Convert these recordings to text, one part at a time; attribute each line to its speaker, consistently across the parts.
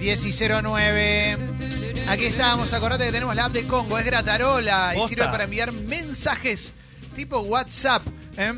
Speaker 1: 10 y 09. Aquí estamos, acordate que tenemos la app de Congo, es gratarola y
Speaker 2: Posta.
Speaker 1: sirve para enviar mensajes tipo WhatsApp. ¿eh?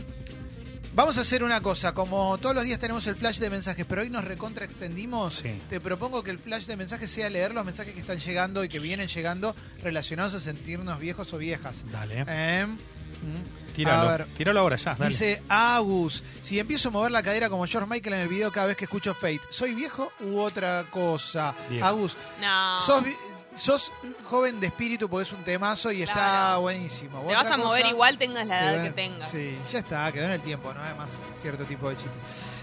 Speaker 1: Vamos a hacer una cosa, como todos los días tenemos el flash de mensajes, pero hoy nos recontra extendimos,
Speaker 2: Sí.
Speaker 1: te propongo que el flash de mensajes sea leer los mensajes que están llegando y que vienen llegando relacionados a sentirnos viejos o viejas.
Speaker 2: Dale,
Speaker 1: ¿Eh? Mm. A
Speaker 2: tíralo.
Speaker 1: ver.
Speaker 2: Tíralo ahora ya, dale.
Speaker 1: Dice Agus, si empiezo a mover la cadera como George Michael en el video cada vez que escucho Fate, ¿soy viejo u otra cosa?
Speaker 2: Viejo.
Speaker 1: Agus,
Speaker 3: No.
Speaker 1: sos, vi- sos joven de espíritu porque es un temazo y está
Speaker 3: Claro.
Speaker 1: buenísimo.
Speaker 3: Te vas
Speaker 1: Otra
Speaker 3: a mover
Speaker 1: cosa,
Speaker 3: igual tengas la
Speaker 1: te
Speaker 3: edad
Speaker 1: va-
Speaker 3: que tengas.
Speaker 1: Sí, ya está, quedó en el tiempo, no hay más cierto tipo de chistes.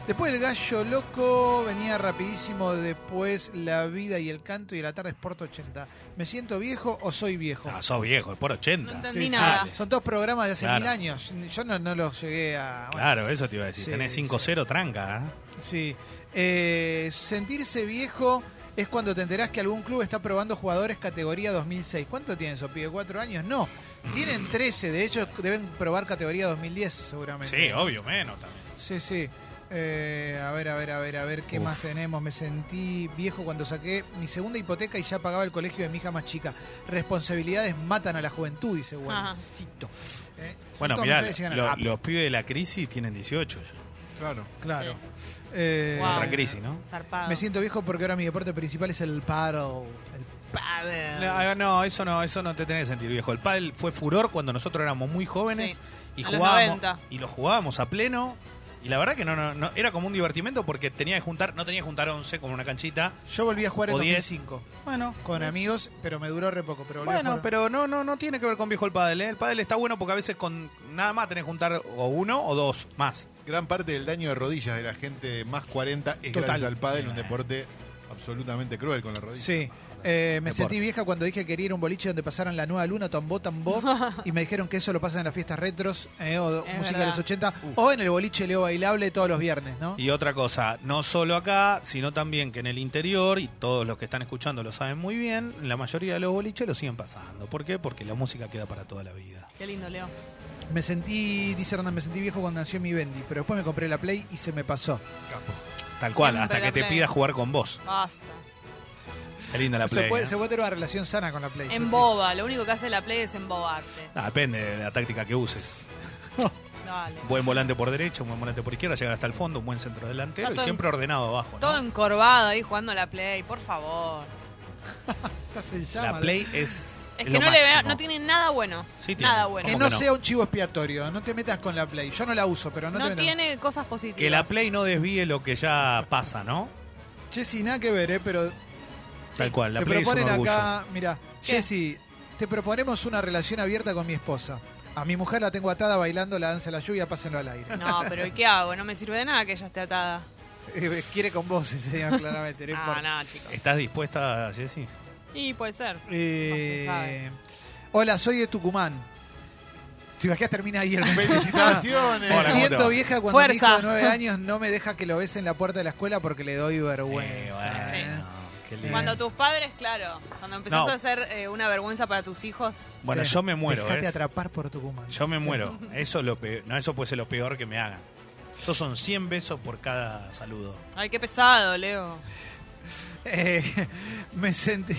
Speaker 1: Después el gallo loco venía rapidísimo, después la vida y el canto y la tarde es Porto 80. ¿Me siento viejo o soy viejo?
Speaker 2: Ah, sos viejo, es por 80.
Speaker 3: No entendí nada.
Speaker 1: Son dos programas de hace
Speaker 2: Claro.
Speaker 1: mil años. Yo no, no los llegué a. bueno,
Speaker 2: Claro, eso te iba a decir.
Speaker 1: Sí,
Speaker 2: Tenés
Speaker 1: sí.
Speaker 2: 5-0 tranca. ¿eh?
Speaker 1: Sí. Eh, sentirse viejo es cuando te enterás que algún club está probando jugadores categoría 2006. ¿Cuánto tienen esos pibes? ¿Cuatro años? No. Tienen 13. De hecho, deben probar categoría 2010 seguramente.
Speaker 2: Sí, obvio, menos también.
Speaker 1: Sí, sí. Eh, a ver, a ver, a ver, a ver, ¿qué
Speaker 2: Uf.
Speaker 1: más tenemos? Me sentí viejo cuando saqué mi segunda hipoteca y ya pagaba el colegio de mi hija más chica. Responsabilidades matan a la juventud, dice Juancito. Eh, son
Speaker 2: Bueno,
Speaker 1: todos
Speaker 2: mirá,
Speaker 1: mensajes que llegan
Speaker 2: lo-
Speaker 1: a-
Speaker 2: los pibes de la crisis tienen 18 ya.
Speaker 4: Claro.
Speaker 1: Claro.
Speaker 3: Sí.
Speaker 1: Eh,
Speaker 3: Wow.
Speaker 2: Otra crisis, ¿no?
Speaker 3: Zarpado.
Speaker 1: Me siento viejo porque ahora mi deporte principal es el paddle. El paddle.
Speaker 2: No, ah, no, eso no, eso no te tenés que sentir viejo. El pádel fue furor cuando nosotros éramos muy jóvenes
Speaker 3: Sí,
Speaker 2: y
Speaker 3: a los
Speaker 2: jugábamos
Speaker 3: 90.
Speaker 2: y lo jugábamos a pleno. Y la verdad que no, no, no- era como un divertimento porque tenía que juntar, no tenía que juntar 11 como una canchita.
Speaker 1: Yo volví a jugar en
Speaker 2: O 10.
Speaker 1: 2005
Speaker 2: Bueno,
Speaker 1: con amigos, pero me duró re poco. Pero volví a
Speaker 2: Bueno,
Speaker 1: jugar.
Speaker 2: pero no, no, no tiene que ver con viejo el pádel, ¿eh? El pádel está bueno porque a veces con nada más tenés que juntar o uno o dos más.
Speaker 4: Gran parte del daño de rodillas de la gente de más 40 es
Speaker 1: Total.
Speaker 4: gracias al pádel, un
Speaker 2: Bueno.
Speaker 4: deporte absolutamente cruel con las rodillas.
Speaker 1: Sí, eh, me
Speaker 2: Deporte.
Speaker 1: sentí vieja cuando dije que quería ir a un boliche donde pasaran la nueva luna, tambó, tambó, y me dijeron que eso lo pasan en las fiestas retros, eh, o
Speaker 3: Es
Speaker 1: música de
Speaker 3: verdad.
Speaker 1: los 80, o en el boliche Leo Bailable todos los viernes, ¿no?
Speaker 2: Y otra cosa, no solo acá, sino también que en el interior, y todos los que están escuchando lo saben muy bien, la mayoría de los boliches lo siguen pasando. ¿Por qué? Porque la música queda para toda la vida.
Speaker 3: Qué lindo, Leo.
Speaker 1: Me sentí, dice Hernán, me sentí viejo cuando nació mi Bendy, pero después me compré la Play y se me pasó.
Speaker 4: Capo.
Speaker 2: Tal cual,
Speaker 3: Siempre
Speaker 2: hasta que
Speaker 3: la
Speaker 2: te
Speaker 3: Play.
Speaker 2: pida jugar con vos.
Speaker 3: Basta.
Speaker 2: Qué linda la
Speaker 1: se,
Speaker 2: play.
Speaker 1: puede,
Speaker 2: ¿eh?
Speaker 1: se puede tener una relación sana con la Play. sí, sí.
Speaker 3: Emboba. Lo único que hace la play es embobarte.
Speaker 2: Ah, depende de la táctica que uses.
Speaker 3: Dale.
Speaker 2: Buen volante por derecha, un buen volante por izquierda, llegar hasta el fondo, un buen centro delantero
Speaker 3: Está
Speaker 2: y
Speaker 3: todo
Speaker 2: siempre ordenado abajo. ¿no?
Speaker 3: Todo encorvado ahí jugando a la play, por favor.
Speaker 1: Estás en llamas.
Speaker 2: La play es.
Speaker 3: Es
Speaker 2: lo
Speaker 3: que no le vea,
Speaker 2: máximo.
Speaker 3: no tiene nada bueno.
Speaker 2: Sí tiene.
Speaker 3: nada
Speaker 1: Que
Speaker 3: bueno.
Speaker 2: ¿Cómo
Speaker 1: no,
Speaker 2: que no?
Speaker 1: sea un chivo expiatorio, no te metas con la Play. Yo no la uso, pero no,
Speaker 3: No,
Speaker 1: te metas.
Speaker 3: tiene cosas positivas.
Speaker 2: Que la play no desvíe lo que ya pasa, ¿no?
Speaker 1: Jessy, nada que ver, ¿eh? pero
Speaker 2: Tal cual, la
Speaker 1: te
Speaker 2: play es un
Speaker 1: proponen
Speaker 2: orgullo.
Speaker 1: acá, mira,
Speaker 3: ¿Qué?
Speaker 1: Jessy, te proponemos una relación abierta con mi esposa. A mi mujer la tengo atada bailando la danza de la lluvia, pásenlo al aire.
Speaker 3: No, pero ¿y qué hago? No me sirve de nada que ella esté atada.
Speaker 1: Eh, quiere con vos, ese señor, claramente. no
Speaker 3: Ah,
Speaker 1: importa.
Speaker 3: no, chicos.
Speaker 2: ¿Estás dispuesta, Jessy?
Speaker 3: Y puede ser.
Speaker 1: Eh,
Speaker 3: No se sabe.
Speaker 1: hola, soy de Tucumán. Te imaginas termina ahí el mensaje.
Speaker 4: ¡Felicitaciones!
Speaker 1: Me
Speaker 2: Hola, ¿cómo te
Speaker 1: siento
Speaker 2: va?
Speaker 1: vieja cuando mi
Speaker 3: Fuerza.
Speaker 1: hijo de nueve años no me deja que lo bese en la puerta de la escuela porque le doy vergüenza.
Speaker 2: Eh,
Speaker 1: ¿eh?
Speaker 2: bueno, qué lindo.
Speaker 3: Cuando tus padres, claro, cuando empezás
Speaker 2: No.
Speaker 3: a hacer eh, una vergüenza para tus hijos,
Speaker 2: Bueno,
Speaker 1: Sí.
Speaker 2: yo me muero,
Speaker 1: Dejate
Speaker 2: ¿ves?
Speaker 1: atrapar por Tucumán.
Speaker 2: Yo me muero. Eso es lo peor. No, eso puede ser lo peor que me hagan. Yo son 100 besos por cada saludo.
Speaker 3: ay, qué pesado, Leo.
Speaker 1: Eh, me sentí.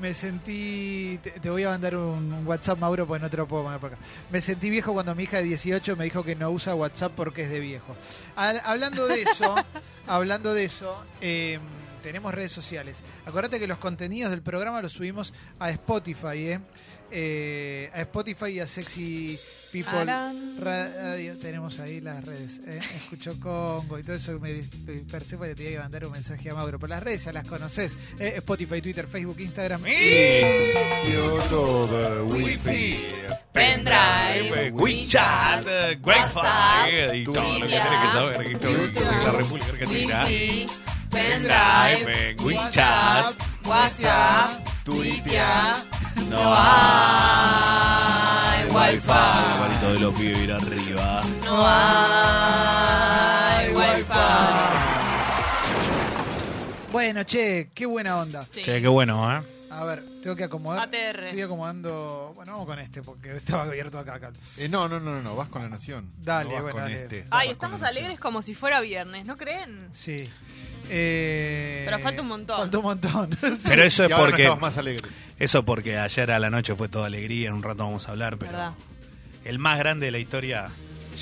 Speaker 1: Me sentí. Te, te voy a mandar un un WhatsApp, Mauro, porque no te lo puedo mandar por acá. Me sentí viejo cuando mi hija de 18 me dijo que no usa WhatsApp porque es de viejo. Al- hablando de eso, hablando de eso, eh, tenemos redes sociales. Acordate que los contenidos del programa los subimos a Spotify, ¿eh? Eh, a Spotify y a Sexy People.
Speaker 3: Arán.
Speaker 1: Radio, tenemos ahí las redes. ¿eh? Escucho Congo y todo eso. Me dispersé porque tenía que mandar un mensaje a Mauro. Por las redes ya las conoces: ¿eh? Spotify, Twitter, Facebook, Instagram.
Speaker 4: Todo wifi.
Speaker 3: Pendrive,
Speaker 2: Eh, WeChat,
Speaker 3: WhatsApp,
Speaker 2: y todo lo que
Speaker 3: Twitter,
Speaker 2: tenés que saber. que todo lo que es la República Argentina. eh, Pendrive, WeChat,
Speaker 3: WhatsApp,
Speaker 4: Tuitea.
Speaker 2: No
Speaker 3: hay
Speaker 2: de los pibes ir arriba.
Speaker 3: no hay Wi-Fi.
Speaker 1: Bueno, che, qué buena onda.
Speaker 3: Sí.
Speaker 2: Che, qué bueno, ¿eh?
Speaker 1: A ver, tengo que acomodar.
Speaker 3: ATR.
Speaker 1: Estoy acomodando. Bueno, vamos con este porque estaba abierto acá. acá.
Speaker 4: Eh, no, no, no, no, no, vas con la nación.
Speaker 1: Dale,
Speaker 4: No vas
Speaker 1: bueno,
Speaker 4: con
Speaker 1: dale.
Speaker 4: este.
Speaker 3: Ay,
Speaker 4: Vas con
Speaker 3: estamos
Speaker 4: la Nación.
Speaker 3: alegres como si fuera viernes, ¿no creen?
Speaker 1: Sí. Eh,
Speaker 5: Pero falta un montón.
Speaker 1: Falta un montón.
Speaker 2: Pero eso
Speaker 4: Y
Speaker 2: es
Speaker 4: ahora no
Speaker 2: porque
Speaker 4: estamos más alegres.
Speaker 2: eso porque ayer a la noche fue toda alegría, en un rato vamos a hablar, pero
Speaker 5: ¿Verdad?
Speaker 2: el más grande de la historia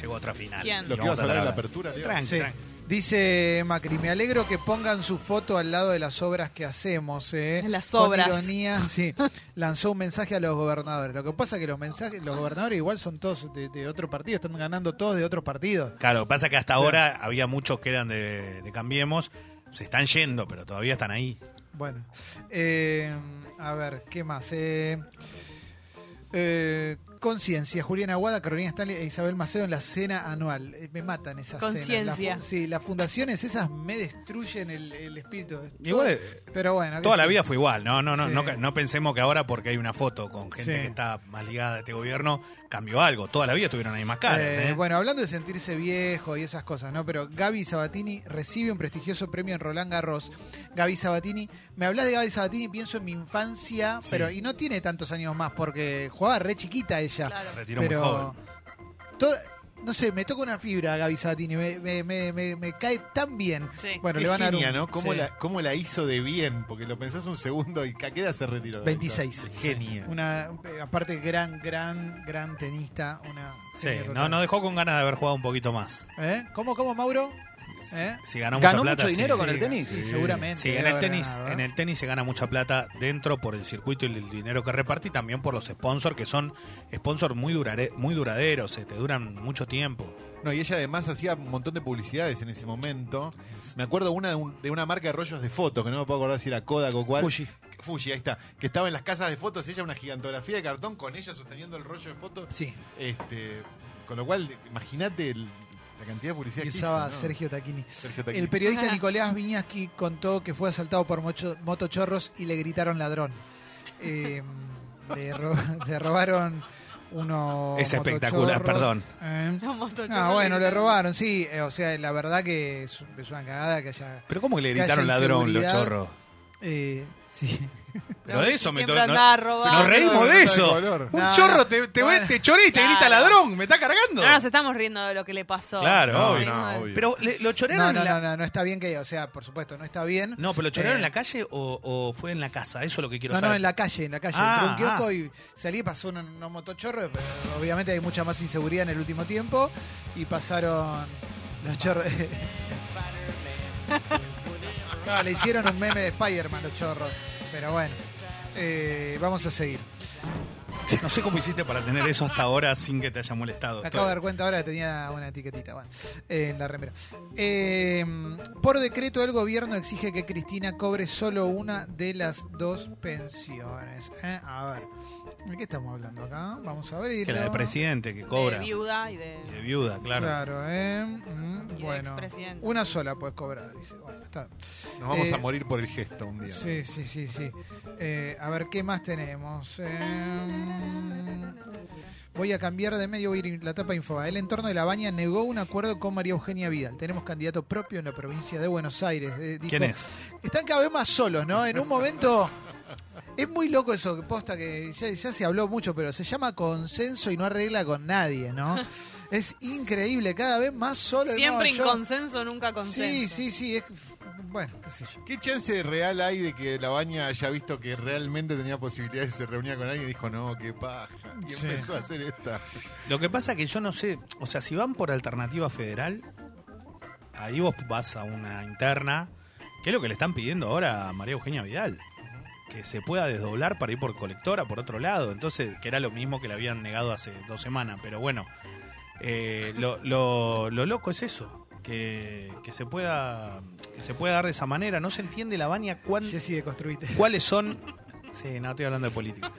Speaker 2: llegó a otra final.
Speaker 5: ¿Quién?
Speaker 2: Y
Speaker 4: Lo que
Speaker 2: vamos
Speaker 4: ibas a hablar en la
Speaker 2: hablar.
Speaker 4: apertura, Leo.
Speaker 2: Tranqui,
Speaker 1: Sí.
Speaker 2: tranqui.
Speaker 1: Dice Macri, me alegro que pongan su foto al lado de las obras que hacemos. ¿eh?
Speaker 5: Las
Speaker 1: Con
Speaker 5: obras.
Speaker 1: ironía, sí. Lanzó un mensaje a los gobernadores. Lo que pasa es que los mensajes, los gobernadores igual son todos de, de otro partido, están ganando todos de otros partidos.
Speaker 2: Claro, pasa que hasta ahora había muchos que eran de, de Cambiemos, se están yendo, pero todavía están ahí.
Speaker 1: Bueno, eh, a ver, ¿qué más? Eh, eh, Conciencia, Juliana Aguada, Carolina Stanley e Isabel Macedo en la cena anual. Eh, Me matan esas cenas. La
Speaker 5: Conciencia.
Speaker 1: fu- sí, las fundaciones esas me destruyen el, el espíritu.
Speaker 2: Igual,
Speaker 1: Todo-
Speaker 2: eh,
Speaker 1: pero bueno. qué
Speaker 2: Toda
Speaker 1: sé
Speaker 2: la
Speaker 1: yo.
Speaker 2: vida fue igual, no, no, no,
Speaker 1: Sí.
Speaker 2: no, ca- no pensemos que ahora porque hay una foto con gente
Speaker 1: Sí.
Speaker 2: que está más ligada a este gobierno, cambió algo. Toda la vida estuvieron ahí más caras,
Speaker 1: Eh,
Speaker 2: ¿eh?
Speaker 1: Bueno, hablando de sentirse viejo y esas cosas, ¿no? Pero Gaby Sabatini recibe un prestigioso premio en Roland Garros. Gaby Sabatini, me hablas de Gaby Sabatini, pienso en mi infancia,
Speaker 2: Sí.
Speaker 1: pero y no tiene tantos años más porque jugaba re chiquita ella.
Speaker 5: Claro.
Speaker 2: Retiró muy
Speaker 1: Pero
Speaker 2: joven.
Speaker 1: to- no sé, me toca una fibra Gaby Sabatini, me, me- me- me- me cae tan bien.
Speaker 5: Sí.
Speaker 1: Bueno,
Speaker 4: Qué
Speaker 1: le van a dar
Speaker 4: genia,
Speaker 1: un-
Speaker 4: ¿no? ¿Cómo,
Speaker 1: sí,
Speaker 4: la, ¿Cómo la hizo de bien? Porque lo pensás un segundo y ¿a qué edad se retiró?
Speaker 1: 26.
Speaker 4: Genia.
Speaker 1: una eh, aparte gran gran gran tenista, una
Speaker 2: Sí,
Speaker 1: genia
Speaker 2: no,
Speaker 1: total.
Speaker 2: no dejó con ganas de haber jugado un poquito más.
Speaker 1: ¿Eh? ¿Cómo cómo Mauro? ¿Eh?
Speaker 2: Si ganó,
Speaker 6: ¿Ganó
Speaker 2: mucha plata,
Speaker 6: mucho
Speaker 2: sí,
Speaker 6: dinero
Speaker 2: sí.
Speaker 6: con el tenis?
Speaker 1: Sí, seguramente.
Speaker 2: Sí, en
Speaker 1: debe
Speaker 2: el
Speaker 1: haber
Speaker 2: tenis,
Speaker 1: ganado, ¿eh?
Speaker 2: en el tenis se gana mucha plata dentro por el circuito y el dinero que reparte y también por los sponsors que son sponsors muy durare- muy duraderos, se te duran mucho tiempo.
Speaker 4: No, y ella además hacía un montón de publicidades en ese momento. Me acuerdo una de, un- de una marca de rollos de fotos, que no me puedo acordar si era Kodak o cuál.
Speaker 1: Fuji.
Speaker 4: Fuji, ahí está. Que estaba en las casas de fotos, ella una gigantografía de cartón con ella sosteniendo el rollo de fotos.
Speaker 1: Sí,
Speaker 4: Este, con lo cual, imagínate el- la cantidad de publicidad
Speaker 1: y
Speaker 4: que
Speaker 1: usaba
Speaker 4: hizo, ¿no?
Speaker 1: Sergio Taquini.
Speaker 4: Sergio Taquini.
Speaker 1: El periodista Nicolás Viñaski contó que fue asaltado por mocho- motochorros y le gritaron ladrón. Eh, le, ro- le robaron unos.
Speaker 2: Es espectacular,
Speaker 1: motochorros,
Speaker 2: perdón.
Speaker 1: eh.
Speaker 5: Los motochorros
Speaker 1: Ah, bueno,
Speaker 5: de-
Speaker 1: le robaron, sí. eh, o sea, la verdad que es, es una cagada que haya.
Speaker 2: Pero ¿cómo que le
Speaker 1: Que
Speaker 2: gritaron
Speaker 1: haya
Speaker 2: ladrón los
Speaker 1: inseguridad.
Speaker 2: chorros?
Speaker 1: eh, sí.
Speaker 2: Pero de eso me
Speaker 5: Siempre
Speaker 2: to-
Speaker 5: andaba
Speaker 2: no-
Speaker 5: robando.
Speaker 2: Nos reímos de eso.
Speaker 4: color.
Speaker 2: Un
Speaker 1: No,
Speaker 2: chorro
Speaker 1: no.
Speaker 2: te, te,
Speaker 1: Bueno.
Speaker 2: ve- te choré y te
Speaker 5: Claro.
Speaker 2: grita ladrón, me está cargando.
Speaker 5: No nos estamos riendo de lo que le pasó.
Speaker 2: Claro,
Speaker 5: Nos
Speaker 2: obvio,
Speaker 5: reímos
Speaker 4: no,
Speaker 5: de-
Speaker 4: obvio.
Speaker 2: Pero le- lo
Speaker 1: No,
Speaker 2: chorearon
Speaker 1: no,
Speaker 2: en
Speaker 1: no,
Speaker 2: la...
Speaker 1: no, no está bien que. O sea, por supuesto, no está bien.
Speaker 2: No, pero lo
Speaker 1: Eh.
Speaker 2: chorearon en la calle o, o fue en la casa, eso es lo que quiero
Speaker 1: No,
Speaker 2: saber.
Speaker 1: no, en la calle, en la calle.
Speaker 2: Ah,
Speaker 1: Entró un kiosco
Speaker 2: ah.
Speaker 1: y salí, pasó un, unos motochorros, pero obviamente hay mucha más inseguridad en el último tiempo. Y pasaron los chorros. no, le hicieron un meme de Spider-Man los chorros. Pero bueno, eh, vamos a seguir.
Speaker 2: No sé cómo hiciste para tener eso hasta ahora sin que te haya molestado.
Speaker 1: Me acabo de dar cuenta ahora que tenía una etiquetita bueno, eh, en la remera. Eh, por decreto, el gobierno exige que Cristina cobre solo una de las dos pensiones. Eh, a ver, ¿de qué estamos hablando acá? Vamos a ver.
Speaker 2: Que la del presidente que cobra.
Speaker 5: De viuda y
Speaker 2: Y de
Speaker 5: de.
Speaker 2: viuda, claro.
Speaker 1: Claro, eh, mm,
Speaker 5: Y de
Speaker 1: bueno.
Speaker 5: expresidente.
Speaker 1: Una sola puedes cobrar, dice. Bueno, está bien.
Speaker 4: Nos vamos
Speaker 1: Eh,
Speaker 4: a morir por el gesto un día.
Speaker 1: Sí, sí, sí, sí. Eh, a ver, ¿qué más tenemos? Eh, voy a cambiar de medio, voy a ir la tapa de Infoba. El entorno de La Baña negó un acuerdo con María Eugenia Vidal. Tenemos candidato propio en la provincia de Buenos Aires. Eh, dijo-
Speaker 2: ¿Quién es?
Speaker 1: Están cada vez más solos, ¿no? En un momento... Es muy loco eso, que posta que ya, ya se habló mucho, pero se llama consenso y no arregla con nadie, ¿no? Es increíble, cada vez más solo.
Speaker 5: Siempre
Speaker 1: no, yo-
Speaker 5: inconsenso, nunca consenso.
Speaker 1: Sí, sí, sí. Es... Bueno, qué sé yo.
Speaker 4: ¿Qué chance real hay de que la baña haya visto que realmente tenía posibilidades y se reunía con alguien y dijo, no, qué paja? Y
Speaker 1: Sí.
Speaker 4: empezó a hacer esta.
Speaker 2: Lo que pasa que yo no sé, o sea, si van por alternativa federal, ahí vos vas a una interna, que es lo que le están pidiendo ahora a María Eugenia Vidal, que se pueda desdoblar para ir por colectora, por otro lado, entonces, que era lo mismo que le habían negado hace dos semanas, pero bueno, eh, lo, lo- lo loco es eso, que, que se pueda que se pueda dar de esa manera, no se entiende la baña cuán-
Speaker 1: Jessy, deconstruite.
Speaker 2: cuáles son... Sí, no, estoy hablando de política.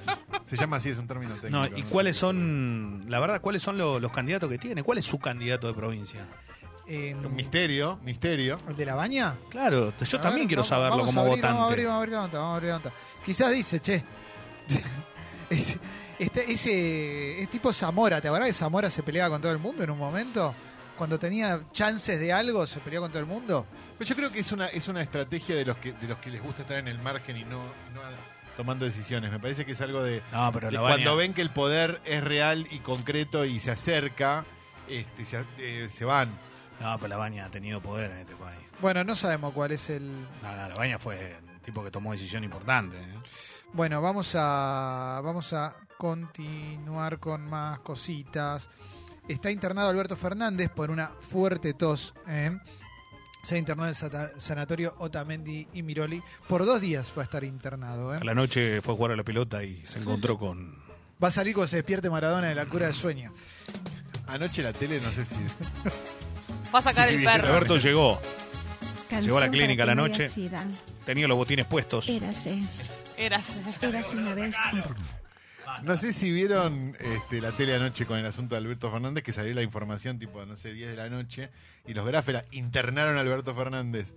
Speaker 4: Se llama así, es un término técnico.
Speaker 2: No, ¿y cuáles son, la verdad, cuáles son lo- los candidatos que tiene? ¿Cuál es su candidato de provincia?
Speaker 1: Eh,
Speaker 4: Un Misterio, misterio.
Speaker 1: ¿El de la baña?
Speaker 2: Claro, t- yo
Speaker 1: A
Speaker 2: también
Speaker 1: ver,
Speaker 2: quiero
Speaker 1: vamos-
Speaker 2: saberlo
Speaker 1: vamos
Speaker 2: como
Speaker 1: a abrir,
Speaker 2: votante.
Speaker 1: Vamos a abrir, vamos a abrir la nota, vamos a abrir la nota. Quizás dice, che. Es- este- ese es tipo Zamora, ¿te acuerdas que Zamora se peleaba con todo el mundo en un momento? Cuando tenía chances de algo, se peleó con todo el mundo.
Speaker 4: Pero yo creo que es una, es una estrategia de los, que, de los que les gusta estar en el margen y no, no tomando decisiones. Me parece que es algo de,
Speaker 2: No, pero
Speaker 4: de
Speaker 2: la
Speaker 4: cuando
Speaker 2: baña,
Speaker 4: ven que el poder es real y concreto y se acerca, este, se, eh, se van.
Speaker 2: No, pero la baña ha tenido poder en este país.
Speaker 1: Bueno, no sabemos cuál es el.
Speaker 2: No, no, la baña fue un tipo que tomó decisión importante. ¿eh?
Speaker 1: Bueno, vamos a, vamos a continuar con más cositas. Está internado Alberto Fernández por una fuerte tos. ¿eh? Se ha internado en el sata- sanatorio Otamendi y Miroli. Por dos días va a estar internado. ¿eh?
Speaker 2: A la noche fue a jugar a la pelota y se encontró con.
Speaker 1: Va a salir cuando se despierte Maradona de la cura del sueño.
Speaker 4: Anoche la tele, no sé si.
Speaker 5: Va a sacar
Speaker 4: Sí,
Speaker 5: el
Speaker 4: bien,
Speaker 5: perro.
Speaker 2: Roberto llegó,
Speaker 6: Canción
Speaker 2: Llegó a la clínica
Speaker 6: para
Speaker 2: a la
Speaker 6: que
Speaker 2: noche.
Speaker 6: me decidan.
Speaker 2: tenía los botines puestos.
Speaker 6: Érase,
Speaker 5: Eras.
Speaker 6: érase una vez.
Speaker 4: No sé si vieron este, la tele anoche con el asunto de Alberto Fernández, que salió la información tipo, no sé, 10 de la noche, y los gráferas internaron a Alberto Fernández.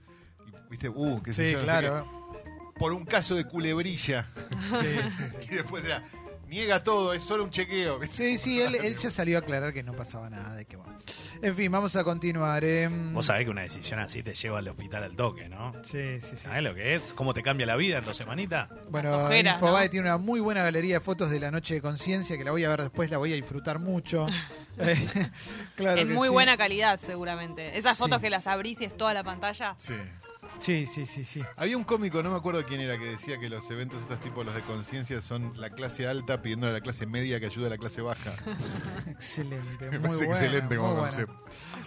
Speaker 4: Y, ¿Viste? Uh, qué sé
Speaker 1: Sí,
Speaker 4: yo, no sé
Speaker 1: claro. ¿eh?
Speaker 4: qué. por un caso de culebrilla.
Speaker 1: Sí, sí, sí.
Speaker 4: Y después era, niega todo, es solo un chequeo.
Speaker 1: Sí, sí, él, él ya salió a aclarar que no pasaba nada y que bueno. En fin, vamos a continuar. eh.
Speaker 2: Vos sabés que una decisión así te lleva al hospital al toque, ¿no?
Speaker 1: Sí, sí, sí.
Speaker 2: ¿Sabés lo que es? ¿Cómo te cambia la vida en dos semanitas?
Speaker 1: Bueno,
Speaker 5: Las ojeras,
Speaker 1: Infobae
Speaker 5: ¿no?
Speaker 1: tiene una muy buena galería de fotos de la noche de conciencia que la voy a ver después, la voy a disfrutar mucho. Eh, claro
Speaker 5: en
Speaker 1: que
Speaker 5: muy
Speaker 1: sí.
Speaker 5: buena calidad, seguramente. Esas
Speaker 1: Sí.
Speaker 5: fotos que las abrís y es toda la pantalla.
Speaker 4: Sí.
Speaker 1: Sí, sí, sí, sí.
Speaker 4: Había un cómico, no me acuerdo quién era, que decía que los eventos estos tipos, los de conciencia, son la clase alta pidiendo a la clase media que ayude a la clase baja.
Speaker 1: Excelente,
Speaker 4: Me
Speaker 1: muy
Speaker 4: parece
Speaker 1: buena,
Speaker 4: excelente como
Speaker 1: muy buena.
Speaker 4: concepto.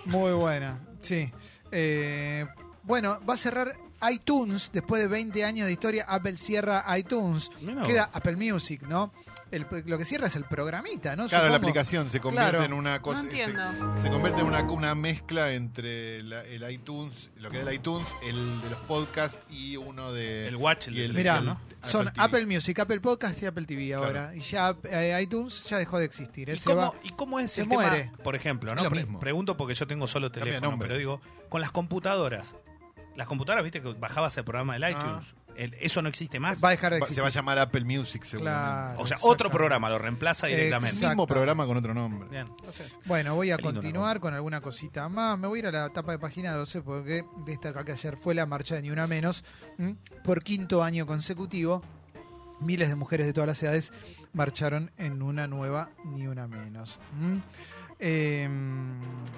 Speaker 1: Muy buena, sí. Eh, bueno, va a cerrar iTunes después de 20 años de historia. Apple cierra iTunes.
Speaker 2: Mirá.
Speaker 1: Queda Apple Music, ¿no? El- lo que cierra es el programita, ¿no?
Speaker 4: Claro, la
Speaker 1: Supongo.
Speaker 4: aplicación se convierte
Speaker 1: Claro.
Speaker 4: en una cosa.
Speaker 5: No
Speaker 4: se-
Speaker 5: entiendo.
Speaker 4: Se, convierte en una, una mezcla entre la- el iTunes, lo que era el iTunes, el de los podcasts y uno de.
Speaker 2: El watch, Eh, el
Speaker 4: y
Speaker 2: de la
Speaker 1: Mirá,
Speaker 2: televisión,
Speaker 4: ¿no?
Speaker 1: son
Speaker 4: Apple TV.
Speaker 1: Apple Music, Apple Podcast y Apple TV
Speaker 2: Claro.
Speaker 1: ahora. Y ya eh, iTunes ya dejó de existir.
Speaker 2: ¿Y
Speaker 1: Ese va-
Speaker 2: cómo, y cómo es
Speaker 1: se
Speaker 2: el
Speaker 1: muere.
Speaker 2: tema? Por ejemplo,
Speaker 4: Es
Speaker 2: ¿no?
Speaker 4: lo
Speaker 2: Pre-
Speaker 4: mismo.
Speaker 2: pregunto porque yo tengo solo
Speaker 4: Cambia
Speaker 2: teléfono,
Speaker 4: nombre.
Speaker 2: pero digo, con las computadoras. Las computadoras, viste que bajabas el programa
Speaker 4: Ah.
Speaker 2: del iTunes. El- eso no existe más.
Speaker 1: va a dejar de
Speaker 4: Va-
Speaker 1: existir.
Speaker 4: se va a llamar Apple Music, seguramente.
Speaker 1: Claro,
Speaker 2: o sea, otro
Speaker 1: exactamente.
Speaker 2: programa lo reemplaza directamente.
Speaker 1: Exacto.
Speaker 4: Mismo programa con otro nombre.
Speaker 2: Bien.
Speaker 1: Bueno, voy a
Speaker 2: Qué lindo,
Speaker 1: continuar con alguna cosita más. Me voy a ir a la tapa de página 12 porque destaca que ayer fue la marcha de Ni Una Menos. ¿m? Por quinto año consecutivo, miles de mujeres de todas las edades marcharon en una nueva Ni Una Menos. ¿m? Eh,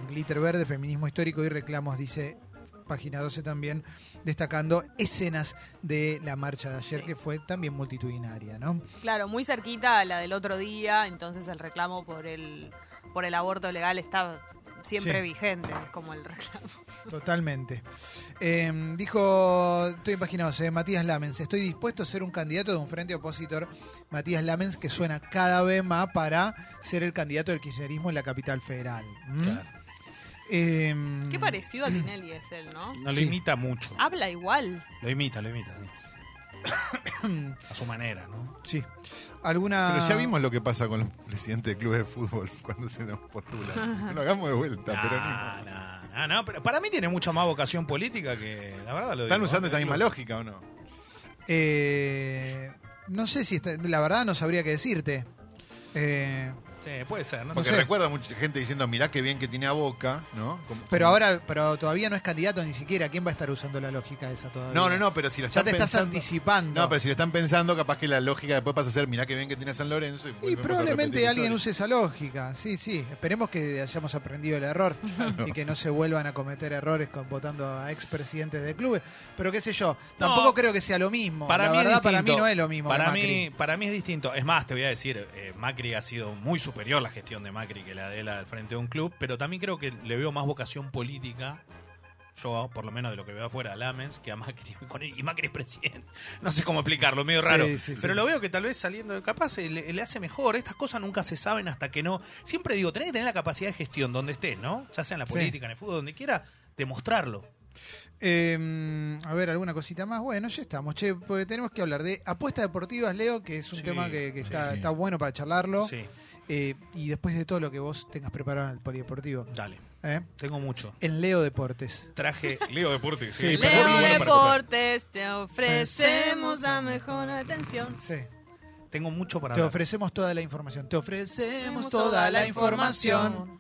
Speaker 1: glitter Verde, Feminismo Histórico y Reclamos, dice página 12 también, destacando escenas de la marcha de ayer
Speaker 5: Sí.
Speaker 1: que fue también multitudinaria, ¿no?
Speaker 5: Claro, muy cerquita a la del otro día, entonces el reclamo por el, por el aborto legal está siempre
Speaker 1: Sí.
Speaker 5: vigente, como el reclamo.
Speaker 1: Totalmente. Eh, dijo, estoy en página 12, Matías Lamens, estoy dispuesto a ser un candidato de un frente opositor. Matías Lamens, que suena cada vez más para ser el candidato del kirchnerismo en la capital federal. ¿Mm?
Speaker 2: Claro.
Speaker 1: Eh,
Speaker 5: Qué parecido a Tinelli es él, ¿no?
Speaker 2: No lo
Speaker 1: Sí.
Speaker 2: imita mucho.
Speaker 5: Habla igual.
Speaker 2: Lo imita, lo imita, sí. A su manera, ¿no?
Speaker 1: Sí. Alguna...
Speaker 4: Pero ya vimos lo que pasa con los presidentes de clubes de fútbol cuando se nos postulan. No lo hagamos de vuelta, pero
Speaker 2: No, no, no, no, pero para mí tiene mucha más vocación política que la verdad lo
Speaker 4: ¿Están
Speaker 2: digo, ¿eh?
Speaker 4: usando esa misma lógica o no?
Speaker 1: Eh, no sé si está- la verdad no sabría qué decirte. Eh,
Speaker 2: Sí, puede ser, no
Speaker 4: Porque
Speaker 2: sé.
Speaker 1: sé.
Speaker 4: recuerda mucha gente diciendo, mirá qué bien que tiene a Boca, ¿no? Como-
Speaker 1: pero ahora, pero todavía no es candidato ni siquiera. ¿Quién va a estar usando la lógica esa todavía?
Speaker 4: No, no, no, pero si lo
Speaker 1: Ya
Speaker 4: están
Speaker 1: te estás
Speaker 4: pensando...
Speaker 1: anticipando.
Speaker 4: No, pero si lo están pensando, capaz que la lógica después pasa a ser, mirá qué bien que tiene a San Lorenzo. Y,
Speaker 1: Y
Speaker 4: volvemos a
Speaker 1: probablemente
Speaker 4: repetir
Speaker 1: alguien
Speaker 4: historia.
Speaker 1: use esa lógica, sí, sí. Esperemos que hayamos aprendido el error y que no se vuelvan a cometer errores con, votando a expresidentes de clubes. Pero qué sé yo, tampoco
Speaker 2: No.
Speaker 1: creo que sea lo mismo.
Speaker 2: Para
Speaker 1: la
Speaker 2: mí es
Speaker 1: verdad, para mí
Speaker 2: distinto.
Speaker 1: no es lo mismo.
Speaker 2: Para
Speaker 1: que
Speaker 2: mí,
Speaker 1: Macri.
Speaker 2: para mí es distinto. Es más, te voy a decir, eh, Macri ha sido muy superior la gestión de Macri que la de la del frente de un club, pero también creo que le veo más vocación política. Yo, por lo menos de lo que veo afuera, a Lamens, que a Macri. con- y Macri es presidente. No sé cómo explicarlo, medio
Speaker 1: Sí,
Speaker 2: raro.
Speaker 1: sí, sí.
Speaker 2: pero lo veo que tal vez saliendo de capaz eh, le, le hace mejor. Estas cosas nunca se saben hasta que no. Siempre digo, tenés que tener la capacidad de gestión donde estés, ¿no? Ya sea en la
Speaker 1: Sí.
Speaker 2: política, en el fútbol, donde quiera, demostrarlo.
Speaker 1: Eh, a ver, alguna cosita más. Bueno, ya estamos, che, porque tenemos que hablar de apuestas deportivas, Leo, que es un
Speaker 2: Sí,
Speaker 1: tema que, que
Speaker 2: sí,
Speaker 1: está,
Speaker 4: sí.
Speaker 1: está bueno para charlarlo.
Speaker 2: Sí,
Speaker 1: Eh, y después de todo lo que vos tengas preparado en el polideportivo,
Speaker 2: dale.
Speaker 1: ¿eh?
Speaker 2: Tengo mucho.
Speaker 1: en Leo Deportes.
Speaker 2: Traje Leo Deportes.
Speaker 1: Sí, pero
Speaker 5: Leo
Speaker 1: muy bueno para
Speaker 5: Deportes, te ofrecemos la mejor atención.
Speaker 1: Sí.
Speaker 2: Tengo mucho para
Speaker 1: Te
Speaker 2: hablar.
Speaker 1: ofrecemos toda la información. Te ofrecemos toda la información.